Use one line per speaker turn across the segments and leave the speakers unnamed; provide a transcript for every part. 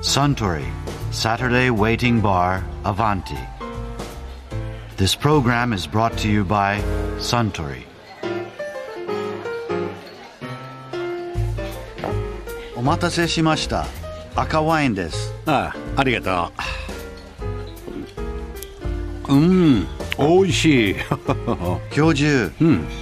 Suntory, Saturday Waiting Bar, Avanti. This program is brought to you by Suntory. お待たせしました。赤ワインです。
ああありがとううん美味しい
教授、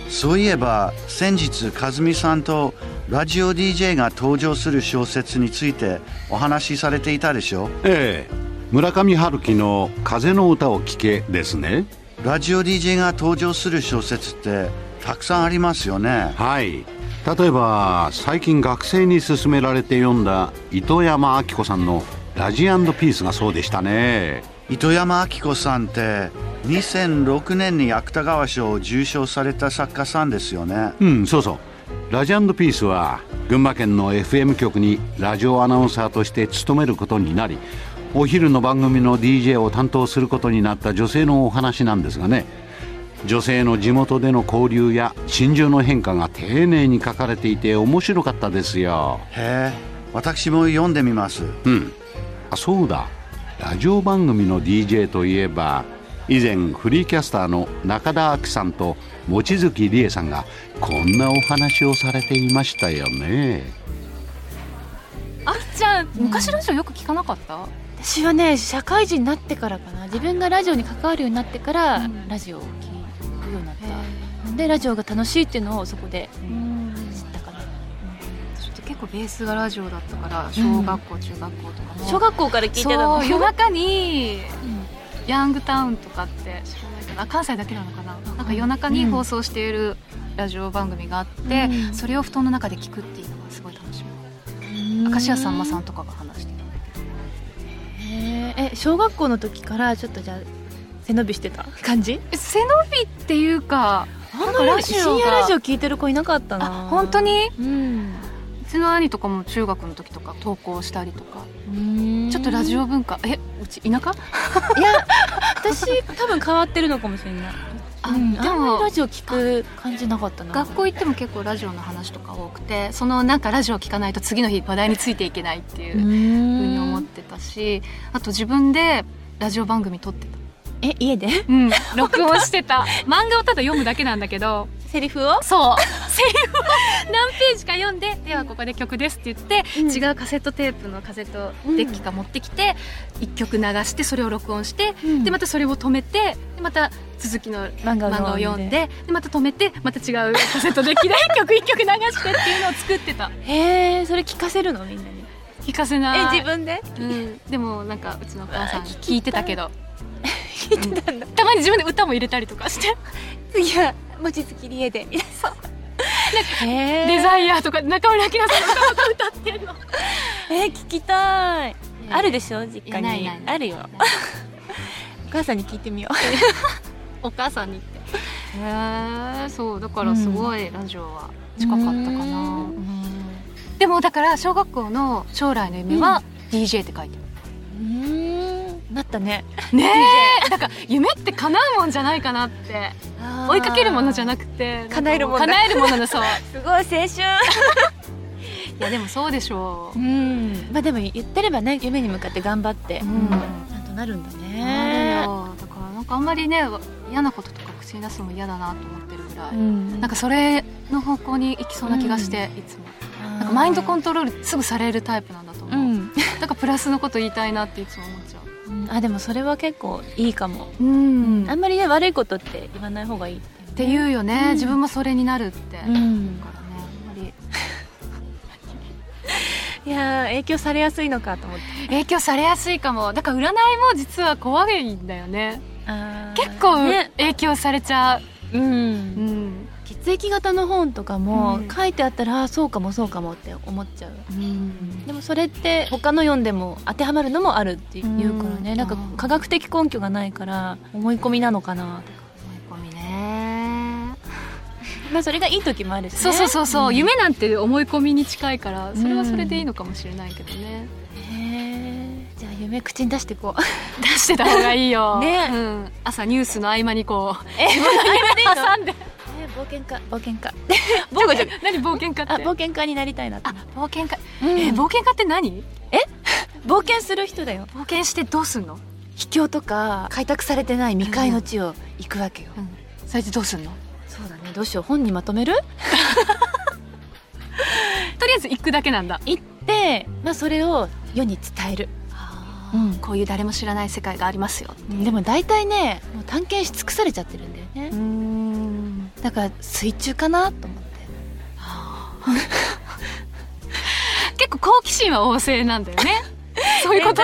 そういえば先日和美さんとラジオ DJ が登場する小説についてお話しされていたでしょ
ええ村上春樹の「風の歌を聴け」ですね
ラジオ DJ が登場する小説ってたくさんありますよね
はい例えば最近学生に勧められて読んだ糸山明子さんの「ラジアンドピース」がそうでしたね
糸山明子さんって2006年に芥川賞を受賞された作家さんですよね
うんそうそう「ラジアンドピース」は群馬県の FM 局にラジオアナウンサーとして勤めることになりお昼の番組の DJ を担当することになった女性のお話なんですがね女性の地元での交流や心情の変化が丁寧に書かれていて面白かったですよ
へえ私も読んでみます
あそうだラジオ番組の DJ といえば以前フリーキャスターの中田亜紀さんと望月理恵さんがこんなお話をされていましたよね
あきちゃん昔ラジオよく聞かなかった
私はね社会人になってからかな自分がラジオに関わるようになってから、
うん
ラジオを聴くようになったでラジオが楽しいっていうのをそこで
うん
知ったかな、
ちょっと結構ベースがラジオだったから小学校、中学校とかも
小学校から聞いてたの
そう夜中にヤングタウンとかって知らないかな関西だけなのかななんか夜中に放送しているラジオ番組があって、
うん
それを布団の中で聞くっていうのがすごい楽しみ明石家さんまさんとかが話してたんだけど
へーえ小学校の時からちょっとじゃあ背伸びしてた感じ
え背伸びっていうか
あ
か
んま
ラ
り
ジオが
深夜ラジオ聞いてる子いなかったな
あ本当に
うん
うちの兄とかも中学の時とか投稿したりとかちょっとラジ
オ
オ文化えうち田舎
いや私多分変わってるのかもしれない
あ
うん
でも
あんまりラジオ聞く感じなかったな
学校行っても結構ラジオの話とか多くてそのなんかラジオ聞かないと次の日話題についていけないっていううふうに
に
思ってたしあと自分でラジオ番組撮ってた、
え家で
うん、録音してた 漫画をただ読むだけなんだけど
セリフを
そうセリフを何ページか読んで「ではここで曲です」って言って、
うん
違うカセットテープのカセットデッキか持ってきて、一曲流してそれを録音して、でまたそれを止めてでまた続きの
漫画
漫画を読んででまた止めてまた違うカセットデッキで一曲一曲流してっていうのを作ってた
へえそれ聞かせるのみんなに
聞かせない
え自分で
分、うん、でもなんかうちのお母さん
うわ
聞いてたけど
聞 いてたんだ
たまに自分で歌も入れたりとかして
次は望月理恵でそう
「
へ
デ
え
ザイアー」とか中村明菜さんの歌を歌ってるの
え聞きたいあるでしょ実家
な
に
いないない
あるよお母さんに聞いてみよ
お母さんにってへえそうだからすごいラジオは近かったかな、
うん
うんでもだから小学校の将来の夢は DJ って書いてある
ううんなったね
ねえだから夢って叶うもんじゃないかなって追いかけるものじゃなく
く
て
叶えるもんだ
叶えるものだそう い
すごい青春
やでもそうでしょう
うんまあでも言ってればね夢に向かって頑張って
うん
ちゃんとなるんだ
なる
ね
よだからなんかあんまりね嫌なこととか口に出すのも嫌だなと思ってるぐらい、
ん
なんかそれの方向に行きそうな気がして、いつもなんかマインドコントロールすぐされるタイプなんだと思
う
う、
ん
だからプラスのこと言いたいなっていつも思っちゃう
うんあでもそれは結構いいかも
うん
あんまりね悪いことって言わない方がいいっ
って言うよね、
うん
自分もそれになるって、だ
ん
からねあんまり
いやー影響されやすいのかと思って
影響されやすいかもだから占いも実は怖いんだよね結
結
構
ね、
影響されちゃう、
う、
うんん
血液型の本とかも
うん
書いてあったら、あーそうかもそうかもって思っちゃう
うん
でもそれって他の読んでも当てはまるのもあるっていうからね、
うん
なんか科学的根拠がないから思い込みなのかなとか、
思い込みね
まあ、それがいい時もあるし、ね、
そうそうそうそう、
ん
夢なんて思い込みに近いからそれはそれでいいのかもしれないけどね、
へーじゃあ夢口に出していこう
出してた方がいい よ
ね
うん、朝ニュースの合間にこう
え
挟んで
冒険家冒険家ボコちゃん
何冒険家って
あ冒険家になりたいなと思って
あ冒険家
うん
え冒険家って何え
冒険する人だよ
冒険してどうすんの、
秘境とか開拓されてない未開の地を行くわけよ、
うん、それでどうすんの
そうだねどうしよう本にまとめる
とりあえず行くだけなんだ
行って、まあ、それを世に伝える、
うん、こういう誰も知らない世界がありますよ
でも大体ねもう探検し尽くされちゃってるんだよね、
ん
だから水中かなと思って
結構好奇心は旺盛なんだよね そういうこと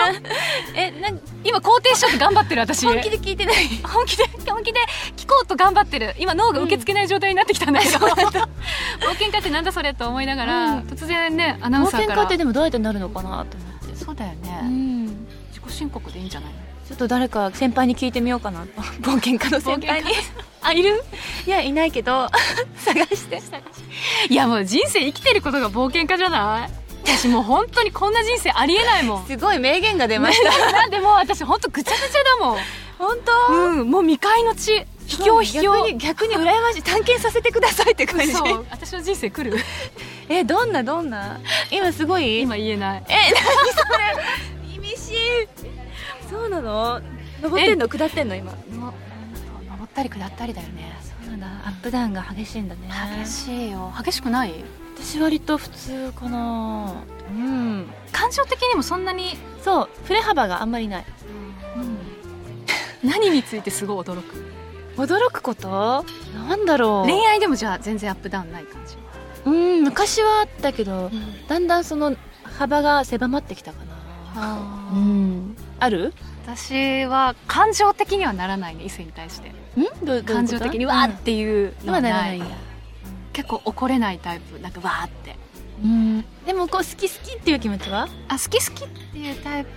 えなんか
今肯定しようと頑張ってる私
本気で聞いてない
本気で本気で聞こうと頑張ってる今脳が受け付けない状態になってきたんだけど、冒険家ってなんだそれと思いながら、
うん
突然ねアナウン
冒
サー
険
か
家
ら
ってでもどうやってなるのかなと思って、
そうだよね、
うん
自己申告でいいんじゃない
ちょっと誰か先輩に聞いてみようかな 冒険家の先輩に
冒
あいるいやいないけど 探して
いやもう人生生きてることが冒険家じゃない私もう本当にこんな人生ありえないもん
すごい名言が出ました
なん でもう私本当ぐちゃぐちゃだもん
本当
うん、もう未開の地秘境秘境
逆に逆に羨ましい探検させてくださいって感じ
そう私の人生 来る
えどんなどんな今すごい
今言えない
厳しいそうなの登ってんの下ってんの今
の登ったり下ったりだよね
そうだアップダウンが激しいんだね
激しいよ激しくない
私割と普通かなうん
感情的にもそんなに、
そう振れ幅があんまりない
何についてすごい驚く
驚くことなんだろう
恋愛でもじゃあ全然アップダウンない感じ、
うん昔はあったけどだんだんその幅が狭まってきたかなう
あ
んある
私は感情的にはならないね異性に対して
んどう
感情的にわ
は
ーっていうの
は
は
なら
な
ない
い、
んだ
結構怒れないタイプなんかわーって
うんでもこう好き好きっていう気持ちは
あ好き好きっていうタイプ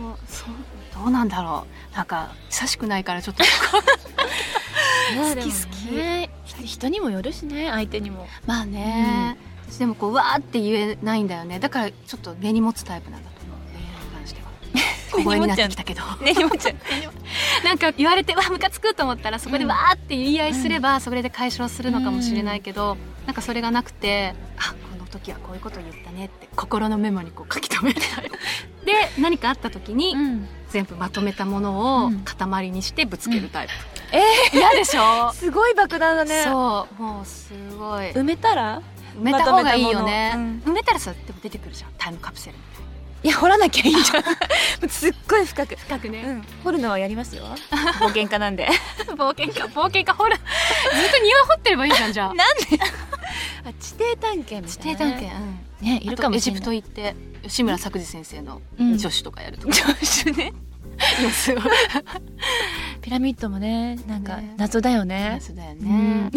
もそうどうなんだろうなんか親しくないからちょっと
好
好き好き
人にもよるしね相手にも
まあね、私でもこうわーって言えないんだよねだからちょっと根に持つタイプなんだと思う恋愛に関 しては小声になってきたけど
ねにもちゃん
なんか言われてわムカつくと思ったらそこで
うん
わーって言い合いすれば、それで解消するのかもしれないけど、なんかそれがなくてあこの時はこういうこと言ったねって心のメモにこう書き留め たいで何かあった時に
うん
全部まとめたもの
う
を
ん
塊にしてぶつけるタイプ、
うん
え嫌でしょ
すごい爆弾だね
そうもうすごい埋
埋めたら
めた方がいいよね、
まとめたもの
埋めたらさでも出てくるじゃんタイムカプセル
いや掘らなきゃいいんじゃんもう すっごい深く
深くね、
うん掘るのはやり ますよ冒険家なんで
冒険家冒険家ほらずっと庭掘ってればいいじゃん じゃあ
あ地底探検み
地
たい
底
な
探
ね
検うん
ねい
あ
る
と
かも
エ
し
ジ
れ
プ
な
ト
い
行って吉村作治先生の
うん
助手とかやるとか、助手ね今すごい
ピラミッドもねなんか
ね
謎だよね
そうだよ
う
ね
ん、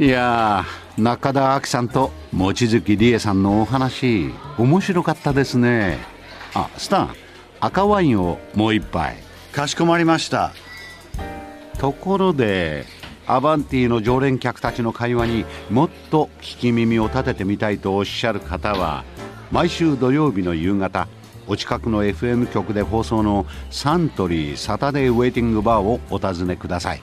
いやー中田亜紀さんと望月理恵さんのお話面白かったですねあスタン赤ワインをもう一杯
かしこまりました
ところでアバンティの常連客たちの会話にもっと聞き耳を立ててみたいとおっしゃる方は毎週土曜日の夕方お近くの FM 局で放送のサントリーサタデーウェイティングバーをお尋ねください